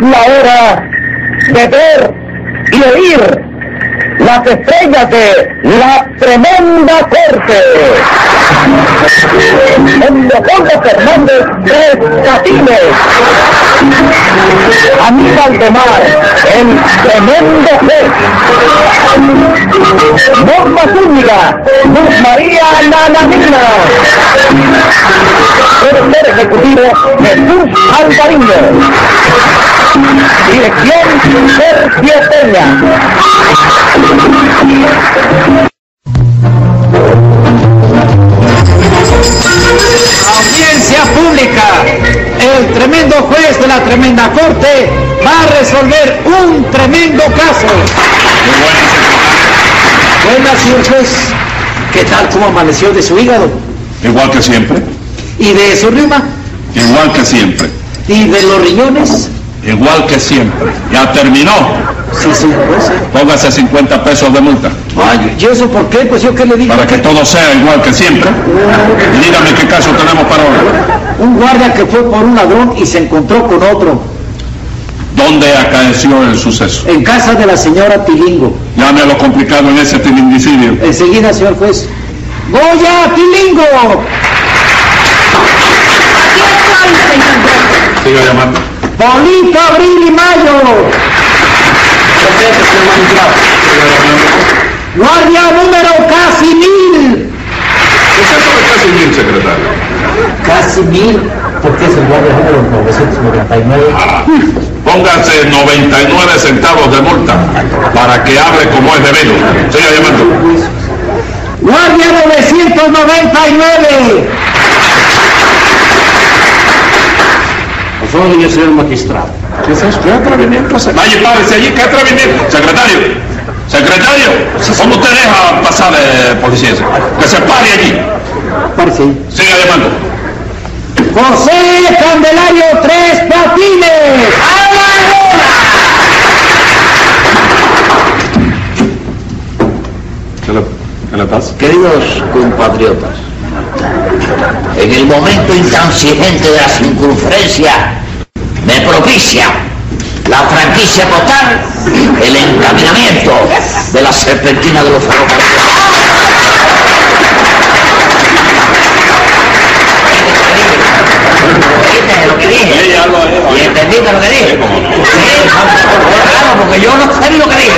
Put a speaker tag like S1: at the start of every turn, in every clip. S1: la hora de ver y oír las estrellas de la tremenda corte. En Leopoldo Fernández Tres Catines. Aníbal de Mar, el tremendo juez. Norma Zúñiga, Luz María Nananina. Productor ejecutivo Jesús Alvariño. Dirección Sergio Peña.
S2: Audiencia pública. El tremendo juez de la tremenda corte va a resolver un tremendo caso. Buenas, señor juez. ¿Qué tal cómo amaneció de su hígado?
S3: Igual que siempre,
S2: ¿Y de su rima?
S3: igual que siempre,
S2: ¿Y de los riñones?
S3: igual que siempre. Ya terminó.
S2: Sí, señor juez.
S3: Póngase 50 pesos de multa
S2: Ay, ¿Y eso por qué? Pues yo qué le digo.
S3: para que todo sea igual que siempre. Y dígame qué caso tenemos para ahora.
S2: Un guardia que fue por un ladrón y se encontró con otro
S3: ¿Dónde acaeció el suceso?
S2: en casa de la señora Tilingo.
S3: Ya me lo complicado en ese feminicidio.
S2: Enseguida, señor juez. ¡Goya, Tilingo!
S3: Siga llamando.
S2: ¡Polito, abril y mayo!
S3: Siga llamando.
S2: ¡Guardia número casi mil!
S3: Suceso de casi mil, secretario.
S2: ¿Casi mil? Porque es el guardia número 999.
S3: Póngase 99 centavos de multa para que hable como es debido. Siga llamando.
S2: ¡Guardia 999!
S4: Los órdenes, señor magistrado.
S3: ¿Qué es esto? ¿Qué atrevimiento se... Vaya, párese allí, ¿qué atrevimiento? Secretario, secretario, ¿cómo usted deja pasar eh, policía? ese? Que se pare allí.
S2: Parece ahí.
S3: Siga llamando.
S2: José Candelario Tres Patines.
S3: ¿Qué le, pasa?
S5: Queridos compatriotas, en el momento intransigente de la circunferencia me propicia la franquicia postal el encaminamiento de la serpentina de los ferrocarriles. ¿Oíste lo que dije?
S3: Sí, ya lo- ya lo-
S5: ¿Y entendiste lo que dije?
S3: Sí, cómo no.
S5: Sí, claro, porque yo no sé ni lo que dije.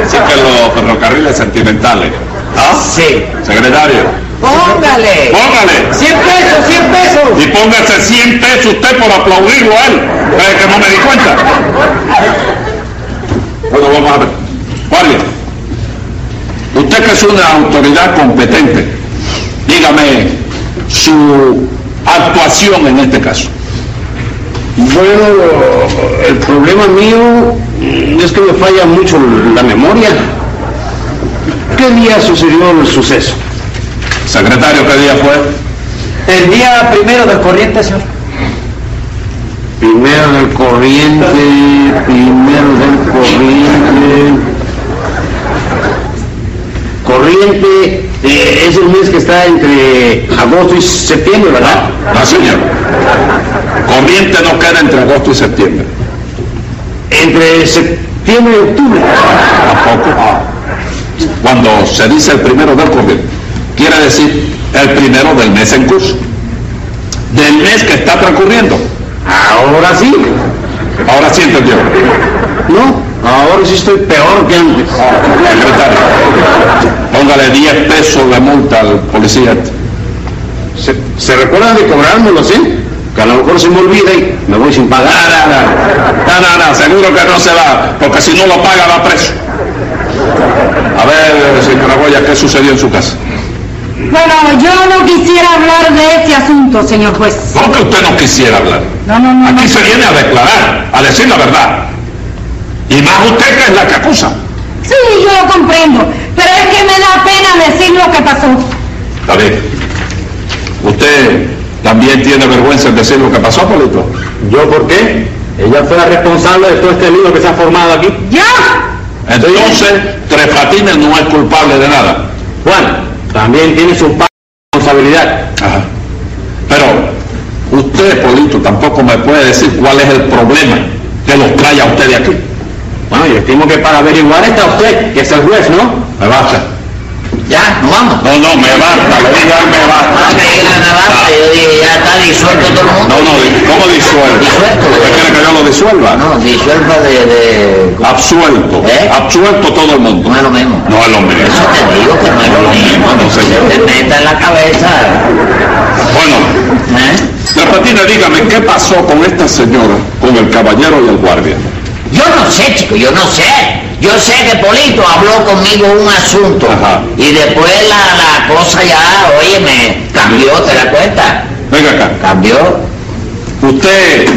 S5: ¿eh?
S3: Así que los ferrocarriles sentimentales.
S2: Ah,
S5: Sí.
S3: Secretario,
S5: Póngale.
S3: póngale.
S2: 100 pesos, 100 pesos.
S3: Y póngase 100 pesos usted por aplaudirlo a él. ¿Cree que no me di cuenta? Bueno, vamos a ver. Guardia, usted que es una autoridad competente, dígame su actuación en este caso.
S4: Bueno, el problema mío mm, es que me falla mucho la memoria. ¿Qué día sucedió el suceso?
S3: Secretario, ¿qué día fue?
S2: El día primero del corriente, señor.
S4: Primero del corriente, primero del corriente. Corriente eh, es el mes que está entre agosto y septiembre, ¿verdad?
S3: No, Ah, señor. Corriente no queda entre agosto y septiembre.
S4: Entre septiembre y octubre.
S3: Tampoco. Ah. Cuando se dice el primero del corriente, quiere decir el primero del mes en curso. Del mes que está transcurriendo.
S4: Ahora sí.
S3: Ahora sí entendió.
S4: No, ahora sí estoy peor que antes.
S3: Secretario, póngale 10 pesos de multa al policía. este.
S4: Se, se recuerdan de cobrármelo, ¿sí? Que a lo mejor se me olvida y me voy sin
S3: No,
S4: pagar.
S3: Ah, no, no. No, no, no, seguro que no se va, porque si no lo paga va preso. A ver, señora Goya, ¿qué sucedió en su casa?
S6: Bueno, yo no quisiera hablar de
S1: este
S6: ese asunto, señor juez.
S3: No que usted no quisiera hablar.
S6: No, no, no.
S3: Aquí
S6: no.
S3: se viene a declarar, a decir la verdad. Y más usted que es la que acusa.
S6: Sí, yo lo comprendo, pero es que me da pena decir lo que pasó.
S3: Está bien. Usted también tiene vergüenza en decir lo que pasó, Polito.
S4: ¿Yo por qué? Ella fue la responsable de todo este lío que se ha formado aquí.
S6: ¡Ya!
S3: Entonces, Tres Patines no es culpable de nada.
S4: Juan, también tiene su pa- responsabilidad.
S3: Ajá. Pero Usted, Polito, tampoco me puede decir cuál es el problema que los trae a usted de aquí.
S2: Bueno, yo estimo que para averiguar está usted, que es el juez, ¿no?
S3: Me basta.
S7: Ya, nos vamos.
S3: No, no, me basta. Le dije, me
S7: No
S3: basta.
S7: creí la navaja, yo dije, ya está disuelto todo el mundo.
S3: No, no, di- ¿cómo disuelve?
S7: Disuelto.
S3: ¿Usted quiere que yo lo disuelva?
S7: No, disuelva de... de...
S3: Absuelto.
S7: ¿Eh?
S3: Absuelto todo el mundo.
S7: No es lo mismo.
S3: No es lo mismo.
S7: Eso te digo que no es lo mismo.
S3: No, señor.
S7: Se te meta en la cabeza.
S3: Bueno,
S7: ¿eh?
S3: Repatina, dígame, ¿qué pasó con esta señora, con el caballero y el guardia?
S7: Yo no sé, chico, yo no sé. Yo sé que Polito habló conmigo un asunto
S3: Ajá.
S7: y después la, la cosa ya, oye, me cambió, ¿te das cuenta?
S3: Venga acá,
S7: Cambió.
S3: usted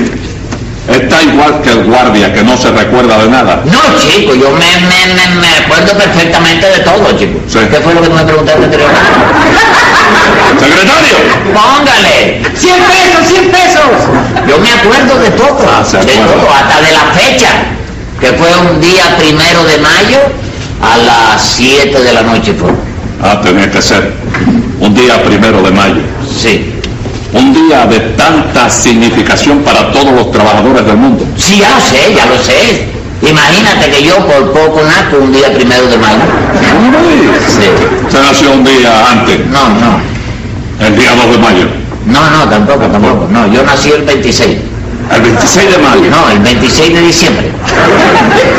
S3: está igual que el guardia, que no se recuerda de nada.
S7: No, chico, yo me, me, me, me acuerdo perfectamente de todo, chico.
S3: Sí.
S7: ¿Qué fue lo que tú me preguntaste anteriormente?
S3: ¡Secretario!
S7: Póngale.
S6: ¡Cien pesos, cien pesos!
S7: Yo me acuerdo de todo,
S3: Ah, se
S7: de
S3: acuerda.
S7: todo, hasta de la fecha, que fue un día primero de mayo a las 7 de la noche fue.
S3: Ah, tenía que ser un día primero de mayo.
S7: Sí.
S3: Un día de tanta significación para todos los trabajadores del mundo.
S7: Sí, ya lo sé, ya lo sé. Imagínate que yo por poco nato un día primero de mayo. Sí.
S3: Se nació un día antes,
S7: No, no.
S3: el día 2 de mayo.
S7: No, no, tampoco, tampoco. No, yo nací el 26.
S3: El 26 de mayo.
S7: No, el 26 de diciembre.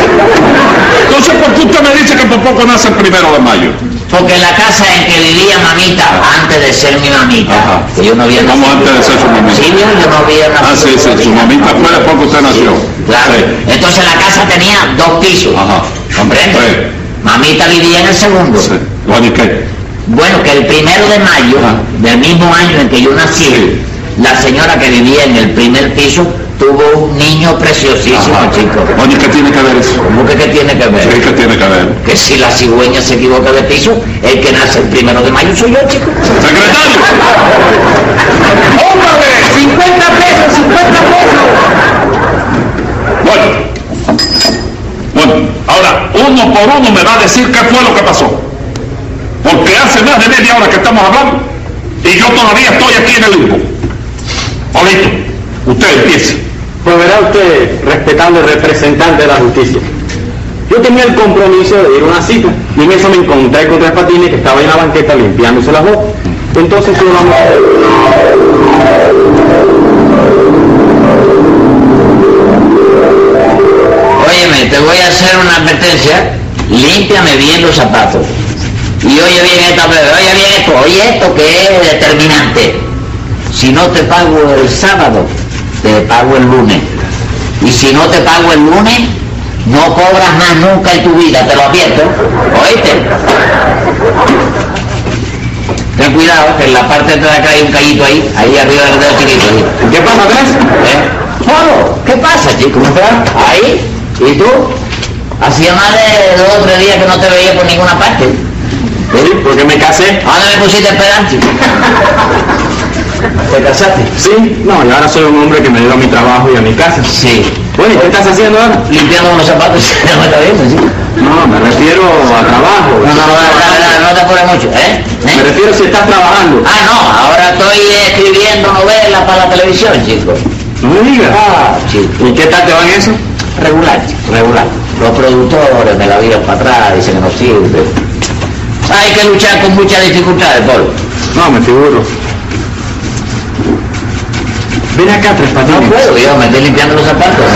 S3: Entonces, ¿por qué usted me dice que por poco nace el primero de mayo?
S7: Porque la casa en que vivía mamita, antes de ser mi mamita,
S3: Ajá.
S7: que yo no había
S3: Vamos
S7: nacido.
S3: antes de ser su mamita.
S7: Sí, yo, yo no había
S3: Ah,
S7: nacido
S3: sí, sí, su
S7: todavía.
S3: mamita fue después que usted nació.
S7: Claro.
S3: Sí.
S7: Entonces la casa tenía dos pisos.
S3: Ajá.
S7: ¿Comprende?
S3: Sí.
S7: Mamita vivía en el segundo.
S3: Sí. Bueno, ¿y qué?
S7: Bueno, que el primero de mayo,
S3: Ajá.
S7: del mismo año en que yo nací,
S3: Sí.
S7: la señora que vivía en el primer piso tuvo un niño preciosísimo,
S3: Ajá.
S7: chico.
S3: Bueno, ¿y qué tiene que ver eso?
S7: ¿Cómo que qué tiene que ver?
S3: Sí, ¿qué tiene que ver?
S7: Que si la cigüeña se equivoca de piso, el que nace el primero de mayo soy yo, chico.
S3: ¡Secretario! ¡Óngale!
S6: 50 pesos, 50 pesos.
S3: Bueno. Bueno, ahora, uno por uno me va a decir qué fue lo que pasó. Porque hace más de media hora que estamos hablando y yo todavía estoy aquí en el limbo. Polito, usted empiece.
S2: Pues verá usted, respetable representante de la justicia. Yo tenía el compromiso de ir a una cita y en eso me encontré con tres patines que estaba ahí en la banqueta limpiándose las botas. Entonces yo vamos.
S7: Óyeme, te voy a hacer una advertencia. Límpiame bien los zapatos. Y oye bien esta, oye bien esto, oye esto que es determinante. Si no te pago el sábado, te pago el lunes. Y si no te pago el lunes, no cobras más nunca en tu vida, te lo advierto. ¿Oíste? Ten cuidado, que en la parte de atrás hay un callito ahí, ahí arriba del dedo chiquito. ahí.
S2: ¿Qué pasa, tres?
S7: ¿Eh? Pablo, ¿qué pasa, chico? Ahí, ¿y tú? Hacía más de dos o tres días que no te veía por ninguna parte.
S2: Sí, porque me casé.
S7: ¿A dónde me pusiste a esperar, chico?
S2: ¿Te casaste? Sí, no, y ahora soy un hombre que me lleva a mi trabajo y a mi casa.
S7: Sí.
S2: Bueno, ¿y qué estás haciendo ahora?
S7: Limpiando los zapatos, no me está viendo, sí.
S2: No, me refiero a trabajo.
S7: No, no, no, no, no, no te apures mucho, ¿eh?
S2: Me
S7: ¿Eh?
S2: refiero si estás trabajando.
S7: Ah, no, ahora estoy eh, escribiendo novelas para la televisión, chico.
S2: No me digas.
S7: Chico,
S2: ¿Y qué tal te va en eso?
S7: regular, chico, regular. Los productores me la vieron para atrás, dicen que no sirve. Hay que luchar con muchas dificultades, Polo.
S2: No, me figuro. Ven acá, Tres
S7: No
S2: Patines.
S7: puedo, yo me estoy limpiando los zapatos.
S2: pues.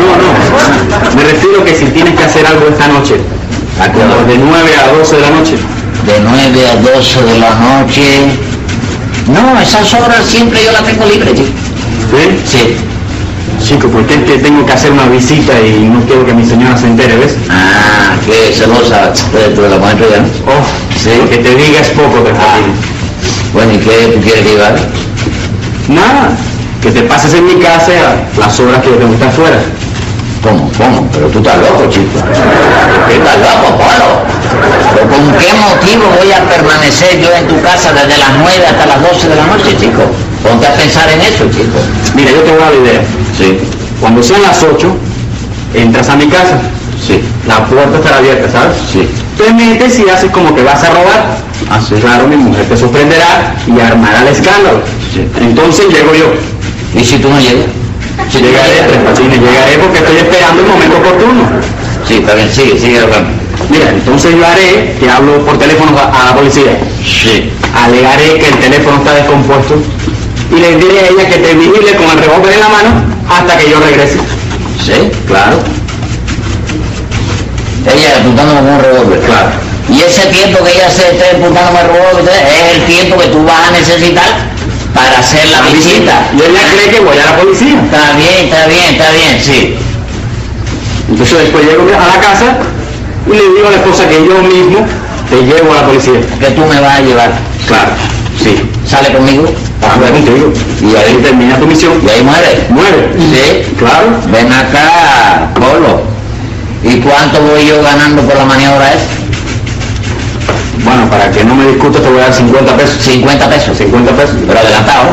S2: No, no. Me refiero que si tienes que hacer algo esta noche,
S7: ¿A qué
S2: como
S7: hora?
S2: de 9 a 12 de la noche.
S7: De 9 a 12 de la noche. No, esas horas siempre yo las tengo libres, chico.
S2: ¿Sí?
S7: Sí.
S2: ¿eh? Chico, porque es que tengo que hacer una visita y no quiero que mi señora se entere, ¿ves?
S7: Ah, qué celosa de tu de la mujer tuya, ¿no?
S2: Oh,
S7: Sí.
S2: lo que te diga es poco, Tres Patines.
S7: Bueno, ¿y qué tú quieres llevar?
S2: Nada, que te pases en mi casa a las horas que yo tengo que estar fuera.
S7: ¿Cómo? ¿Cómo? Pero tú estás loco, chico. ¿Qué estás loco, Polo? ¿Pero con qué motivo voy a permanecer yo en tu casa desde las 9 hasta las 12 de la noche, chico? Ponte a pensar en eso, chico.
S2: Mira, yo te voy a dar la idea.
S7: Sí,
S2: Cuando sean las 8, entras a mi casa.
S7: sí,
S2: La puerta estará abierta, ¿sabes?
S7: sí.
S2: Te metes y haces como que vas a robar.
S7: Ah, sí.
S2: Claro, mi mujer te sorprenderá y armará el escándalo. Entonces llego yo.
S7: ¿Y si tú no llegas? Si tú no
S2: Llegaré,
S7: llegas.
S2: Tres Patines, llegaré porque estoy esperando el momento oportuno.
S7: Sí, está bien, sigue, sigue hablando.
S2: Mira, entonces yo haré que hablo por teléfono a, a la policía.
S7: Sí.
S2: Alegaré que el teléfono está descompuesto y le diré a ella que te vigile con el revólver en la mano hasta que yo regrese.
S7: Sí, claro. Ella apuntando con un revólver.
S2: Claro.
S7: Y ese tiempo que ella se esté apuntando con el revólver es el tiempo que tú vas a necesitar para hacer la visita.
S2: Y ella cree que voy a la policía.
S7: Está bien, está bien, está bien, sí.
S2: Entonces después llego a la casa y le digo a la esposa que yo mismo te llevo a la policía.
S7: Que tú me vas a llevar.
S2: Claro, sí.
S7: Sale conmigo
S2: Habla contigo. Y ahí termina tu misión.
S7: y ahí muere.
S2: Muere.
S7: Sí.
S2: Claro.
S7: Ven acá, Polo. ¿Y cuánto voy yo ganando por la maniobra esa?
S2: Bueno, para que no me discutas te voy a dar 50 pesos.
S7: 50 pesos.
S2: 50 pesos.
S7: Pero adelantado.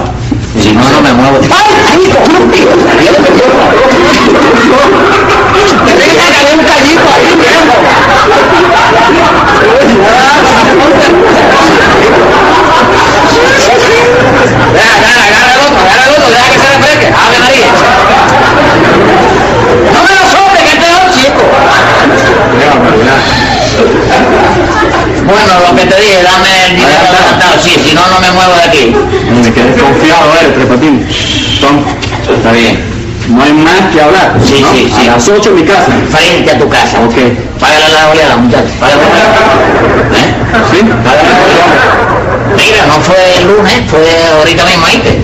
S7: Si no, no me muevo.
S1: ¡Ay, hijo! ¡Te deja caer un callito ahí, viejo!
S7: Agarra, agarra el otro, agarra el otro, deja que se refresque. Ave María. No me lo sobre, que te doy, chico. Bueno, lo que te dije, dame el dinero
S2: Adelantado.
S7: adelantado, sí, si no, no me muevo de aquí.
S2: Me quedé confiado, eh, Tres Patines. Tom,
S7: Está bien.
S2: no hay más que hablar.
S7: Sí,
S2: ¿no?
S7: sí, sí.
S2: A las 8 en mi casa.
S7: Frente a tu casa.
S2: Ok.
S7: Págale la oleada, muchachos. Págale la oleada. ¿Eh?
S2: ¿Sí?
S7: Págale la oleada. Mira, no fue el lunes, fue ahorita mismo, ¿viste?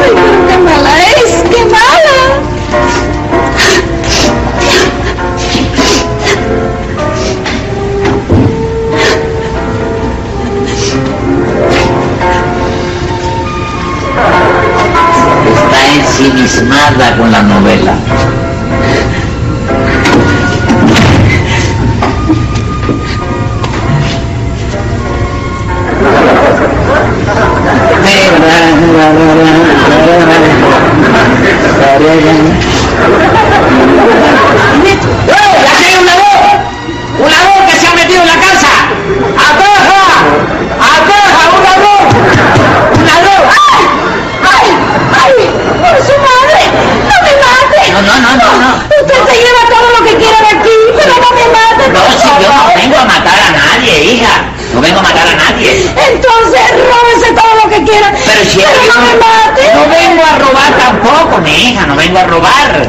S6: pero qué mala es, qué mala.
S7: está ensimismada con la novela.
S1: ¡Una voz que se ha metido en la casa! ¡Ataja! ¡Ataja! ¡Una voz! ¡Una voz! ¡Ay! ¡Ay! ¡Ay! ¡Por su madre! ¡No me mate!
S7: No, no, no, no, no.
S1: Usted se lleva todo lo que quiera de aquí, pero no me mate,
S7: No, si yo no vengo a matar a nadie, hija. No vengo a matar a nadie.
S1: Entonces, róbese todo lo que quiera.
S7: Pero si es que
S1: no me mate.
S7: No vengo a robar tampoco, mi hija, no vengo a robar.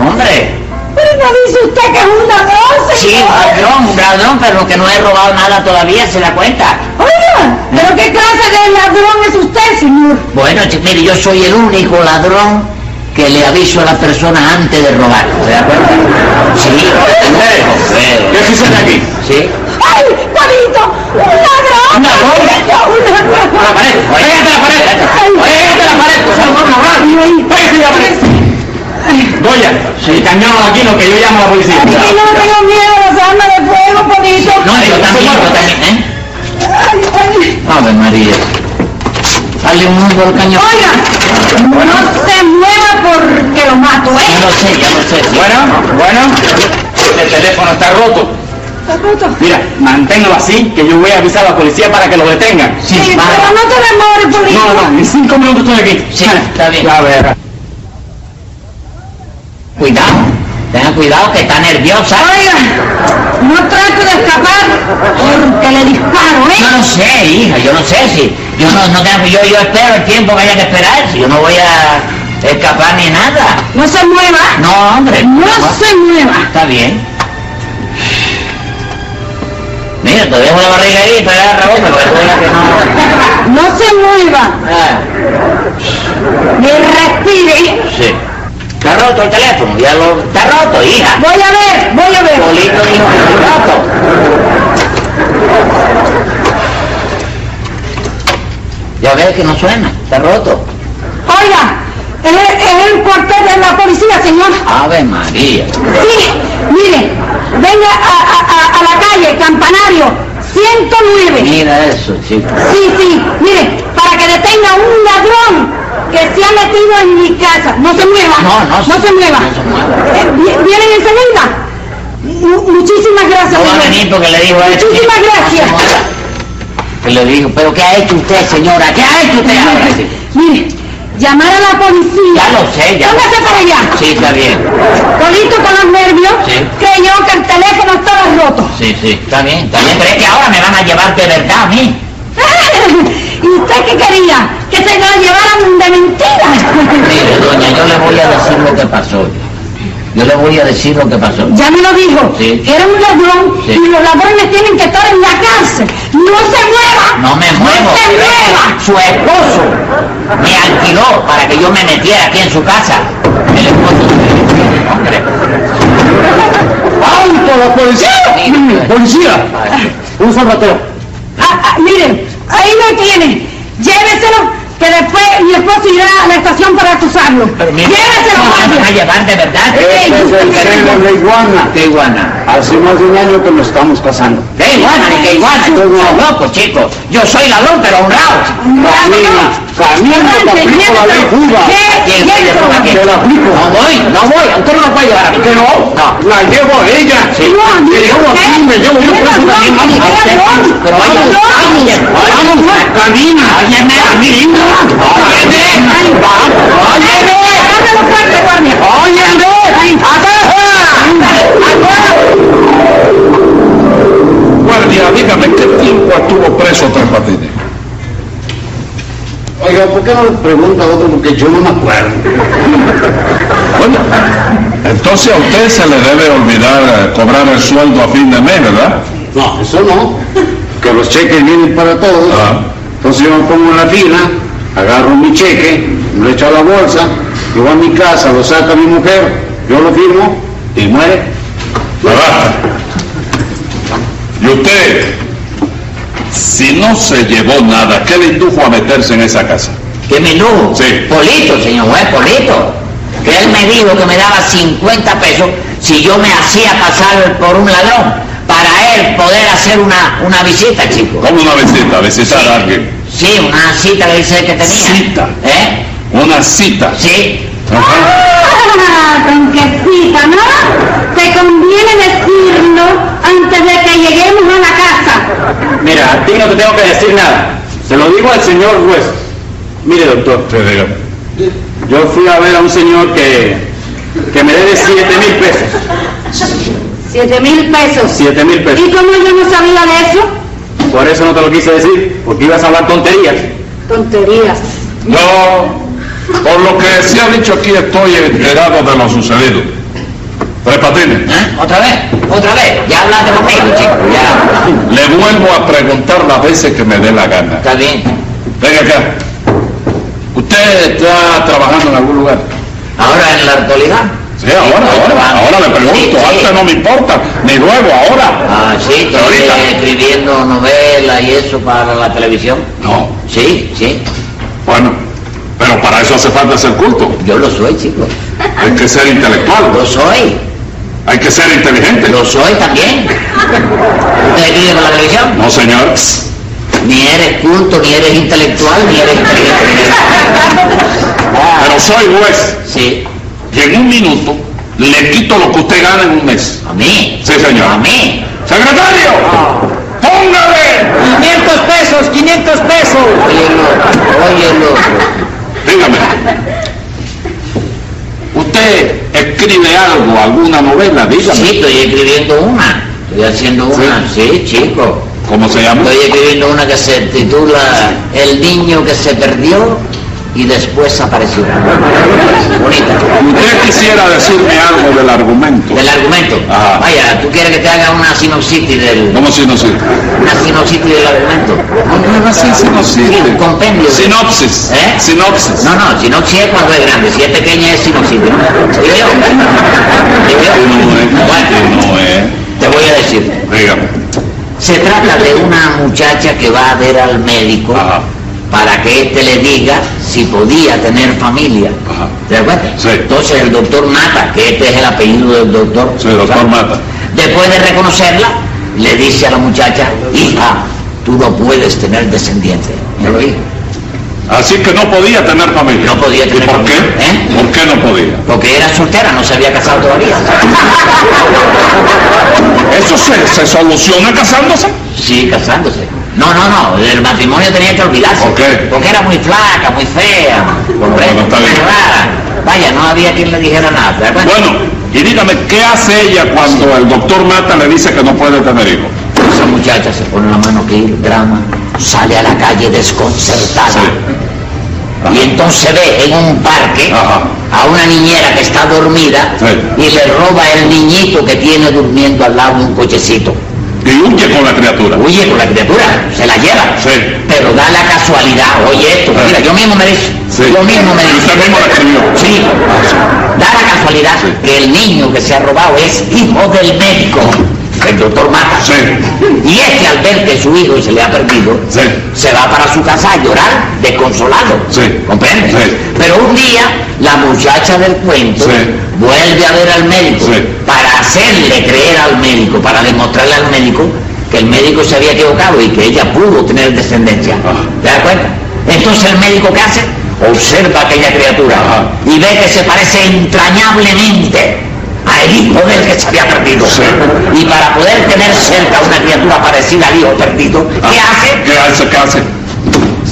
S7: Hombre,
S1: Pero no dice usted que es una voz,
S7: sí, un ladrón, un ladrón, pero que no he robado nada todavía, se da cuenta.
S1: Oiga, ¿pero qué clase de ladrón es usted, señor?
S7: Bueno, ch- mire, yo soy el único ladrón que le aviso a las personas antes de robar. ¿Se da cuenta? Sí,
S2: ¿Qué
S7: pero-
S2: haces aquí?
S7: Sí.
S1: ¡Ay, Juanito! ¡Un ladrón!
S7: Una
S1: ¡No, un ladrón!
S7: A la pared, pégate a la pared. Pégate a la pared,
S2: Pues,
S7: por favor, no hagas. Pégate a la pared.
S2: Goya, el cañón aquí, lo que yo llamo a la policía.
S1: Ay, que yo no tengo miedo a las armas de fuego, Juanito.
S7: No, yo también, yo también, ¿eh?
S1: Ay, ay.
S7: Ave María. Dale un mundo al cañón.
S6: Oiga, no se mueva porque lo mato,
S7: Ya
S6: ¿eh?
S7: lo sé, ya lo sé.
S2: Bueno, bueno, el teléfono está roto. Mira, manténgalo así, que yo voy a avisar a la policía para que lo detengan.
S7: sí,
S6: Pero
S7: va.
S6: no te demores, Polito.
S2: No, no, en cinco minutos estoy aquí.
S7: Sí, está bien.
S2: A ver.
S7: Cuidado. Tengan cuidado que está nerviosa.
S6: Oiga, no trato de escapar porque le disparo,
S7: Yo
S6: ¿eh?
S7: no sé, hija, yo no sé si. Yo no, no tengo, yo, yo espero el tiempo que haya que esperar. Si yo no voy a escapar ni nada.
S6: No se mueva,
S7: No, hombre.
S6: no se mueva.
S7: Está bien. Mira, te dejo la barriga ahí, te agarra otra, porque tú verás que no.
S6: No se mueva,
S7: Ah,
S6: ni respire.
S7: sí. Está roto el teléfono, ya lo. Está roto, hija.
S6: Voy a ver, voy a ver.
S7: Polito dijo que está roto. Ya ves que no suena, está roto.
S6: Oiga, es, es el cuartel de la policía, señor.
S7: Ave María.
S6: Sí, mire, venga a, a- a- a la calle, campanario, 5 109.
S7: Mira eso, chico.
S6: Sí, sí, mire, para que detenga un ladrón que se ha metido en mi casa. No se mueva.
S7: No, no se-
S6: se mueva.
S7: no se mueva.
S6: Eh, vi- ¿Vienen enseguida? Mu- muchísimas gracias.
S7: No va a
S6: señor.
S7: venir porque le dijo a este.
S6: Muchísimas
S7: chico,
S6: gracias.
S7: no se mueva. Que le dijo, pero ¿qué ha hecho usted, señora? ¿Qué ha hecho usted? ahora, chico?
S6: Mire, llamar a la policía.
S7: Ya lo sé, ya.
S6: Póngase para allá.
S7: Sí, está bien.
S6: Todito con los nervios,
S7: Sí.
S6: creyó que el teléfono estaba roto.
S7: Sí, sí, está bien, está bien. Pero es que ahora me van a llevar de verdad a mí.
S6: ¿Y usted qué quería? Que se lo llevaran de
S7: Mire,
S6: mentira.
S7: doña, yo le voy a decir lo que pasó. Yo le voy a decir lo que pasó.
S6: Ya me lo dijo,
S7: Sí.
S6: que era un ladrón
S7: Sí.
S6: y los ladrones tienen que estar en la cárcel. ¡No se mueva!
S7: No me muevo.
S6: ¡No se mueva!
S7: Su esposo me alquiló para que yo me metiera aquí en su casa. El esposo de- hombre.
S8: ¡Alto la policía! ¡Policía! Un salvateo.
S6: Ah, ah, miren, ahí lo tiene. Lléveselo, que después mi esposo irá a la estación para acusarlo.
S7: Pero mire,
S6: Lléveselo,
S7: no, me van a
S6: guardia.
S7: llevar de verdad.
S6: Ey,
S2: Este es el celo de iguana.
S7: ¡Qué iguana!
S2: Hace más de un año que lo estamos pasando.
S7: ¡Qué iguana! ni ¡Qué iguana! ¡Estás loco, chico! Yo soy ladrón, pero honrado.
S2: Camina, camina, te aplico la ley Cuba.
S7: ¿Quién se le ponga aquí?
S2: Te la aplico.
S7: No voy, no voy. Usted no lo puede llevar a mí.
S2: Que no,
S7: No.
S2: la llevo a ella.
S7: Sí.
S6: No, a mí,
S2: Me llevo
S6: ¿qué?
S2: aquí, me llevo yo
S6: ¿Qué
S2: preso
S6: ladrón?
S2: también. Vamos,
S6: ¿Qué ladrón?
S7: Pero oye,
S6: ¡Ladrón!
S7: oye,
S2: vamos, camina.
S7: Óyeme.
S2: Camina.
S7: Óyeme.
S2: Vamos,
S6: ¡Ándale, ándale, fuerte, guardia!
S2: Óyeme.
S3: Guardia, dígame, ¿qué tiempo estuvo preso Tres Patines?
S2: Oiga, ¿por qué no le pregunta a otro? Porque yo no me acuerdo.
S3: Bueno, entonces a usted se le debe olvidar eh, cobrar el sueldo a fin de mes, ¿verdad?
S2: No, eso no. Que los cheques vienen para todos.
S3: Ah.
S2: Entonces yo me pongo en la fila, agarro mi cheque, me lo echo a la bolsa, llevo a mi casa, lo saca mi mujer, yo lo firmo y muere.
S3: ¿Verdad? Y usted, si no se llevó nada, ¿qué le indujo a meterse en esa casa?
S7: ¿Qué menú?
S3: Sí.
S7: Polito, señor juez, Polito. Que él me dijo que me daba 50 pesos si yo me hacía pasar por un ladrón para él poder hacer una, una visita, chico.
S3: Como una visita, visitar a alguien.
S7: Sí, una cita que dice que tenía.
S3: Cita.
S7: ¿Eh?
S3: Una cita.
S7: Sí.
S3: Ajá.
S6: Ah, con que cita, ¿no? Te conviene decirlo antes de que lleguemos a la casa.
S2: Mira, a ti no te tengo que decir nada. Se lo digo al señor juez. Mire, doctor,
S3: Sí, dígame.
S2: yo fui a ver a un señor que, que me debe 7 mil pesos.
S6: Siete mil pesos.
S2: 7 mil pesos.
S6: ¿Y cómo yo no sabía de eso?
S2: Por eso no te lo quise decir, porque ibas a hablar tonterías.
S6: Tonterías.
S3: No, por lo que se ha dicho aquí estoy enterado de lo sucedido. Tres Patines,
S2: ¿Ah?
S7: ¿Eh? ¿Otra vez? ¿Otra vez? Ya hablaste conmigo, chico. Ya.
S3: le vuelvo a preguntar las veces que me dé la gana.
S7: Está bien.
S3: Venga acá. ¿Usted está trabajando en algún lugar?
S7: Ahora en la actualidad.
S3: Sí, ahora,
S7: Estoy
S3: ahora,
S7: trabajando.
S3: ahora le
S7: Sí,
S3: pregunto,
S7: sí.
S3: antes no me importa, ni luego, ahora.
S7: Ah, sí, estoy
S3: Ahorita.
S7: eh, escribiendo novelas y eso para la televisión.
S3: No,
S7: Sí, sí,
S3: bueno, pero para eso hace falta ser culto,
S7: yo lo soy, chico. Ah,
S3: hay que ser intelectual,
S7: Lo soy,
S3: hay que ser inteligente.
S7: lo soy también. ¿Usted escribe para la televisión?
S3: No, señor.
S7: Ni eres culto, ni eres intelectual, ni eres inteligente. Ah.
S3: Pero soy juez
S7: Sí,
S3: y en un minuto le quito lo que usted gana en un mes.
S7: a mí.
S3: Sí, señor.
S7: A mí. Ah.
S3: ¡Secretario! ¡Póngale!
S8: 500 pesos, 500 pesos.
S7: Oye el otro, oye el otro.
S3: Dígame. ¿Usted escribe algo, alguna novela? Dígame.
S7: Sí, estoy escribiendo una. Estoy haciendo una, sí, chico.
S3: ¿Cómo se llama?
S7: Estoy escribiendo una que se titula El niño que se perdió y después apareció. Bonita.
S3: Usted quisiera decirme algo del argumento.
S7: Del argumento.
S3: Ajá.
S7: Vaya, tú quieres que te haga una sinopsis del.
S3: ¿Cómo si no sirve?
S7: Una sinopsis del argumento.
S3: No, no, sí, sí, no sirve.
S7: Sí, un compendio.
S3: Sinopsis.
S7: ¿Eh?
S3: Sinopsis.
S7: No, no, sinopsis es cuando es grande, si es pequeña es sinopsis. ¿no? Digo yo. Digo yo.
S3: No es,
S7: Bueno,
S3: no eh. es.
S7: te voy a decir.
S3: Dígame.
S7: Se trata de una muchacha que va a ver al médico
S3: Ajá.
S7: para que éste le diga si podía tener familia.
S3: Ajá.
S7: ¿Te das cuenta?
S3: Sí.
S7: Entonces el doctor Mata, que este es el apellido del doctor.
S3: Sí, doctor Mata.
S7: Después de reconocerla, le dice a la muchacha, hija, tú no puedes tener descendientes. Yo lo vi.
S3: Así que no podía tener familia.
S7: No podía
S3: ¿Y
S7: tener
S3: por qué?
S7: familia, ¿eh?
S3: ¿Por qué no podía?
S7: Porque era soltera, no se había casado todavía.
S3: Eso se, se soluciona casándose.
S7: Sí, casándose. No, no, no, del matrimonio tenía que olvidarse.
S3: ¿Por qué?
S7: Porque era muy flaca, muy fea,
S3: Bueno,
S7: hombre,
S3: bueno, está
S7: muy
S3: bien.
S7: rara. Vaya, no había quien le dijera nada. ¿te das cuenta?
S3: Bueno, y dígame, ¿qué hace ella cuando el doctor Mata le dice que no puede tener hijos?
S7: Esa muchacha se pone la mano que el drama, sale a la calle desconcertada.
S3: Sí. Ajá.
S7: Y entonces ve en un parque
S3: Ajá.
S7: a una niñera que está dormida
S3: Sí.
S7: y le roba el niñito que tiene durmiendo al lado de un cochecito.
S3: Y huye con la criatura.
S7: Huye con la criatura, se la lleva.
S3: Sí.
S7: Pero da la casualidad, oye esto,
S3: Sí.
S7: mira, yo mismo me dije,
S3: Sí.
S7: yo mismo me
S3: Y
S7: dije.
S3: usted mismo la escribió.
S7: Sí, da la casualidad que el niño que se ha robado es hijo del médico, el doctor Mata.
S3: Sí.
S7: Y este al ver que su hijo se le ha perdido,
S3: Sí.
S7: se va para su casa a llorar, desconsolado.
S3: Sí.
S7: ¿Comprende?
S3: Sí.
S7: Pero un día la muchacha del cuento
S3: Sí.
S7: vuelve a ver al médico
S3: Sí.
S7: para hacerle creer al médico, para demostrarle al médico que el médico se había equivocado y que ella pudo tener descendencia.
S3: Ah.
S7: ¿Te das cuenta? Entonces el médico qué hace? Observa a aquella criatura
S3: Ajá.
S7: y ve que se parece entrañablemente al hijo del que se había perdido.
S3: Sí.
S7: Y para poder tener cerca una criatura parecida al hijo perdido, ¿qué hace?
S3: ¿Qué hace? ¿Qué hace?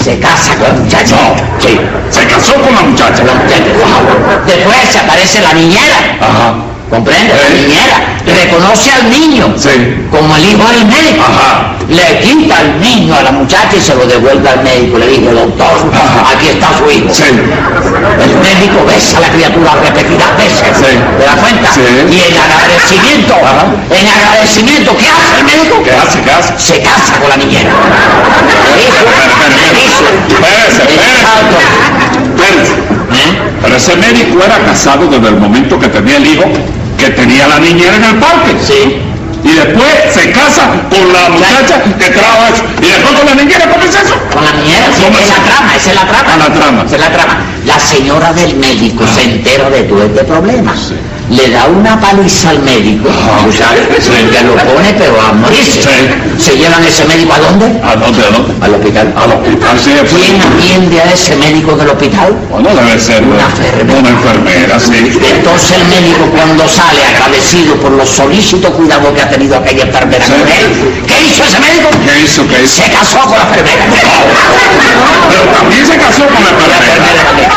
S7: Se casa con la muchacha.
S3: No.
S7: Sí.
S3: Se casó con la muchacha.
S7: La muchacha, wow. Después se aparece la niñera.
S3: Ajá.
S7: ¿Comprende? La
S3: Sí.
S7: niñera reconoce al niño
S3: Sí.
S7: como el hijo del médico.
S3: Ajá.
S7: Le quita al niño a la muchacha y se lo devuelve al médico. Le dice, doctor,
S3: Ajá.
S7: aquí está su hijo.
S3: Sí.
S7: El médico besa a la criatura repetidas veces.
S3: Sí.
S7: ¿Te das cuenta?
S3: Sí.
S7: Y en agradecimiento,
S3: Ajá.
S7: en agradecimiento, ¿qué hace el médico?
S3: ¿Qué hace? ¿Qué hace?
S7: Se casa con la niñera. Me dice,
S3: Espérese,
S7: me dice,
S3: espérese.
S7: Alto.
S3: Pérez.
S7: ¿Eh?
S3: Pero ese médico era casado desde el momento que tenía el hijo, que tenía la niñera en el parque.
S7: Sí.
S3: Y después se casa con la muchacha que trabaja eso. Y después con la niñera, ¿por qué es eso?
S7: Con la niñera, sí,
S3: ¿Cómo
S7: esa es
S3: es?
S7: la trama, esa es la trama.
S3: Ah, la trama. Ah.
S7: Esa es la trama. La señora del médico se entera de todo este problema. Le da una paliza al médico,
S3: Ah,
S7: tú sabes, que lo pone pero a morirse.
S3: Sí.
S7: Se llevan ese médico a dónde?
S3: ¿A dónde? ¿A dónde?
S7: Al hospital.
S3: Al hospital, sí, después.
S7: ¿Quién atiende a ese médico del hospital?
S3: pues. Bueno, debe ser
S7: Una
S3: eh,
S7: enfermera.
S3: Una enfermera, sí.
S7: Entonces el médico cuando sale agradecido por los solícitos cuidados que ha tenido aquella enfermera
S3: Sí.
S7: con él, ¿qué hizo ese médico?
S3: ¿Qué hizo? ¿Qué hizo?
S7: Se casó con la enfermera.
S3: Pero también se casó con la
S7: Con la enfermera
S3: enfermera.
S7: también.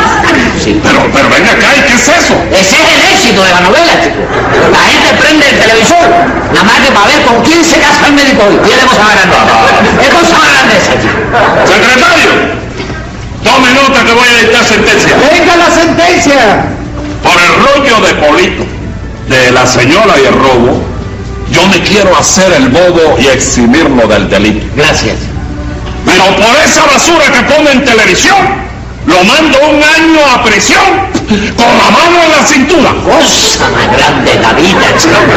S7: Sí.
S3: Pero, pero venga acá, ¿y qué es eso?
S7: Ese es el éxito de la novela, chico. La gente prende el televisor, nada más que para ver con quién se casa el médico hoy. Tiene cosas más grandes. Es cosa más grande esa, chico.
S3: Secretario, tome nota que voy a dictar sentencia.
S8: ¡Venga la sentencia!
S3: Por el rollo de Polito, de la señora y el robo, yo me quiero hacer el bobo y eximirlo del delito.
S7: Gracias.
S3: Pero por esa basura que pone en televisión, lo mando un año a prisión con la mano en la cintura.
S7: Cosa más grande en la vida, chico.